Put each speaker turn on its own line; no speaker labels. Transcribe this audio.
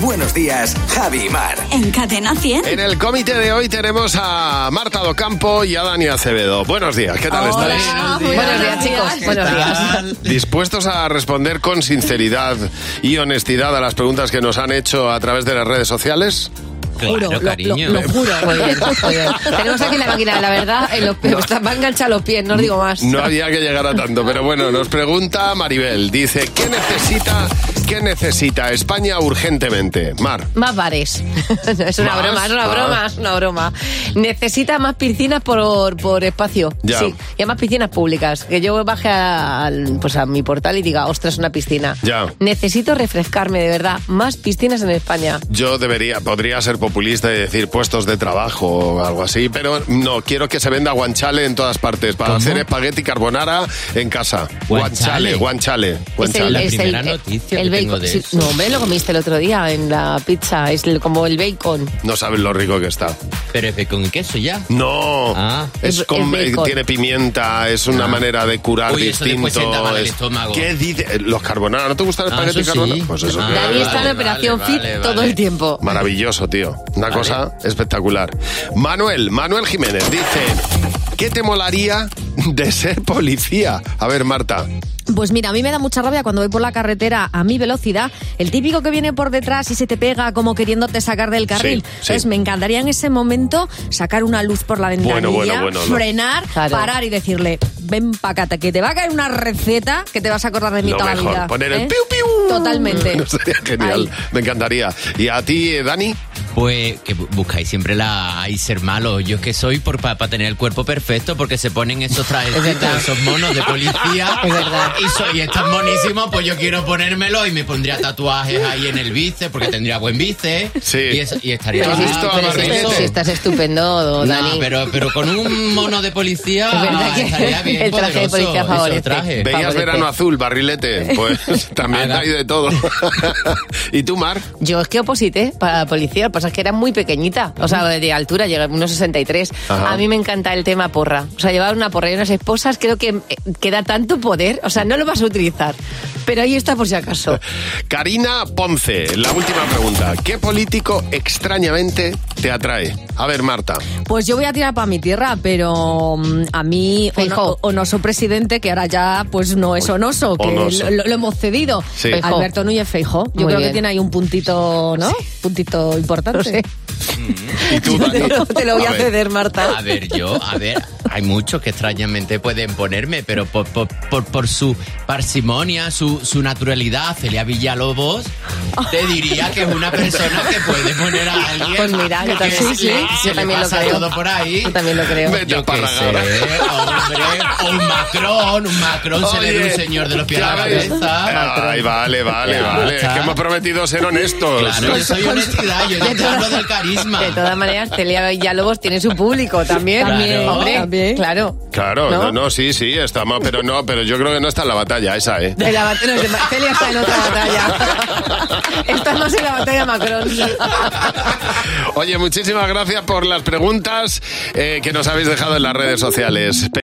Buenos días, Javi y Mar.
En Cadena 100.
En el comité de hoy tenemos a Marta Docampo y a Dani Acevedo. Buenos días, ¿qué tal
Hola, Ah,
estáis?
Buenos días, chicos. Buenos días.
Dispuestos a responder con sinceridad y honestidad a las preguntas que nos han hecho a través de las redes sociales.
Juro, lo-
cariño.
Lo juro. Muy bien, muy bien. Tenemos aquí la máquina de la verdad. En los, está- va enganchada a los pies, no os digo más.
No había que llegar a tanto, pero bueno, nos pregunta Maribel. Dice, ¿qué necesita, qué necesita España urgentemente? Mar.
Más bares. es una
Más,
broma, es una
ah.
broma, es una broma. Necesita más piscinas por, por espacio.
Ya.
Sí. Y además piscinas públicas. Que yo baje a, al- pues a mi portal y diga, ostras, una piscina.
Ya.
Necesito refrescarme, de verdad. Más piscinas en España.
Yo debería, podría ser populista y decir puestos de trabajo o algo así, pero no, quiero que se venda guanchale en todas partes para hacer espagueti carbonara en casa. Guanchale, guanchale,
Guanchale.
Es
guanchale.
es el- el
que
bacon.
tengo de
Sí,
eso.
no, hombre, lo comiste el otro día en la pizza. Es el- como el bacon.
No sabes lo rico que está.
Pero es con queso ya.
No,
Ah.
es
Es-
con-
es bacon.
tiene pimienta, es una manera de curar
Uy, eso
distinto.
después sienta mal el
es-
estómago.
¿Qué dice? Los carbonara, ¿no te gusta el
Ah,
espagueti
eso sí.
carbonara? Pues eso.
Ah,
que-
David está
vale,
en operación
vale,
fit
vale,
todo
vale.
el tiempo.
Maravilloso, tío. Una cosa espectacular. Manuel, Manuel Jiménez dice, ¿qué te molaría de ser policía? A ver, Marta.
Pues mira, a mí me da mucha rabia cuando voy por la carretera a mi velocidad, el típico que viene por detrás y se te pega como queriéndote sacar del carril.
Sí, sí.
Entonces me encantaría en ese momento sacar una luz por la ventanilla,
Bueno, bueno, bueno, no.
frenar,
Claro.
parar y decirle, ven pacata, que te va a caer una receta que te vas a acordar de mí
Lo
toda la
mejor,
vida.
poner el
¿eh?
piu, piu.
Totalmente.
No, sería genial. Me encantaría. ¿Y a ti, eh, Dani?
Pues que bu- buscáis siempre la ay ser malo. Yo es que soy por para tener el cuerpo perfecto porque se ponen esos trajecitos, esos monos de policía.
Es verdad.
Y soy es tan monísimo, pues yo quiero ponérmelo y me pondría tatuajes ahí en el bíceps porque tendría buen bíceps.
Sí.
Y, eso- y estaría
¿Tú has
Ah,
visto a
pero
si,
Barrilete?
eso-
estás, si estás estupendo,
No,
Dani.
pero, pero con un mono de policía
Es verdad que
estaría bien
el traje de
poderoso,
policía
eso,
favorece.
traje.
Ve-
Veías
favorito.
verano azul, barrilete. Pues también
Haga.
hay de todo. ¿Y tú, Mar?
Yo es que oposité para la policía, lo que pasa es que era muy pequeñita, o sea, de altura, llegué a unos 63.
Ajá.
A mí me encanta el tema porra, o sea, llevar una porra y unas esposas creo que queda tanto poder, o sea, no lo vas a utilizar, pero ahí está por si acaso.
Karina Ponce, la última pregunta. ¿Qué político extrañamente te atrae? A ver, Marta.
Pues yo voy a tirar para mi tierra, pero mm, a mí,
Feijóo.
ono- Onoso presidente, que ahora ya pues no es Onoso, que
Onoso.
Lo, lo hemos cedido.
Sí.
Feijóo.
Alberto Núñez Feijó.
Muy
Yo creo
bien.
que tiene ahí un puntito, ¿no? Puntito importante.
¿Y tú,
Yo te
Dani?
lo, te lo voy a,
ver. Ah.
ceder, Marta.
A ver, yo, a ver, hay muchos que extrañamente pueden ponerme, pero por, por, por- por su parsimonia, su, su naturalidad, Celia Villalobos, te diría que es una persona que puede poner a alguien.
Pues mira, yo
que
también,
se
sí, sí,
le- se
yo
le
también lo
pasa
creo.
todo por ahí.
Yo también lo creo.
Vete
Yo
a
qué sé,
parragar.
hombre, o un Macron, un Macron se le
Oye,
ve un señor de los pies a la
ya ves.
cabeza.
Ay, vale, vale,
Ya
vale. Es
está.
que hemos prometido ser honestos.
Claro, yo soy honestidad, yo no te hablo del carisma.
De todas maneras, Celia Villalobos tiene su público también.
También,
Hombre,
también.
claro.
Claro,
¿No?
¿No? no, sí, sí, estamos, pero no, pero yo creo que no está en la batalla esa, ¿eh?
De la bat- no, de Ma- Celia está en otra batalla. Estamos en la batalla Macron.
Oye, muchísimas gracias por las preguntas eh, que nos habéis dejado en las redes sociales.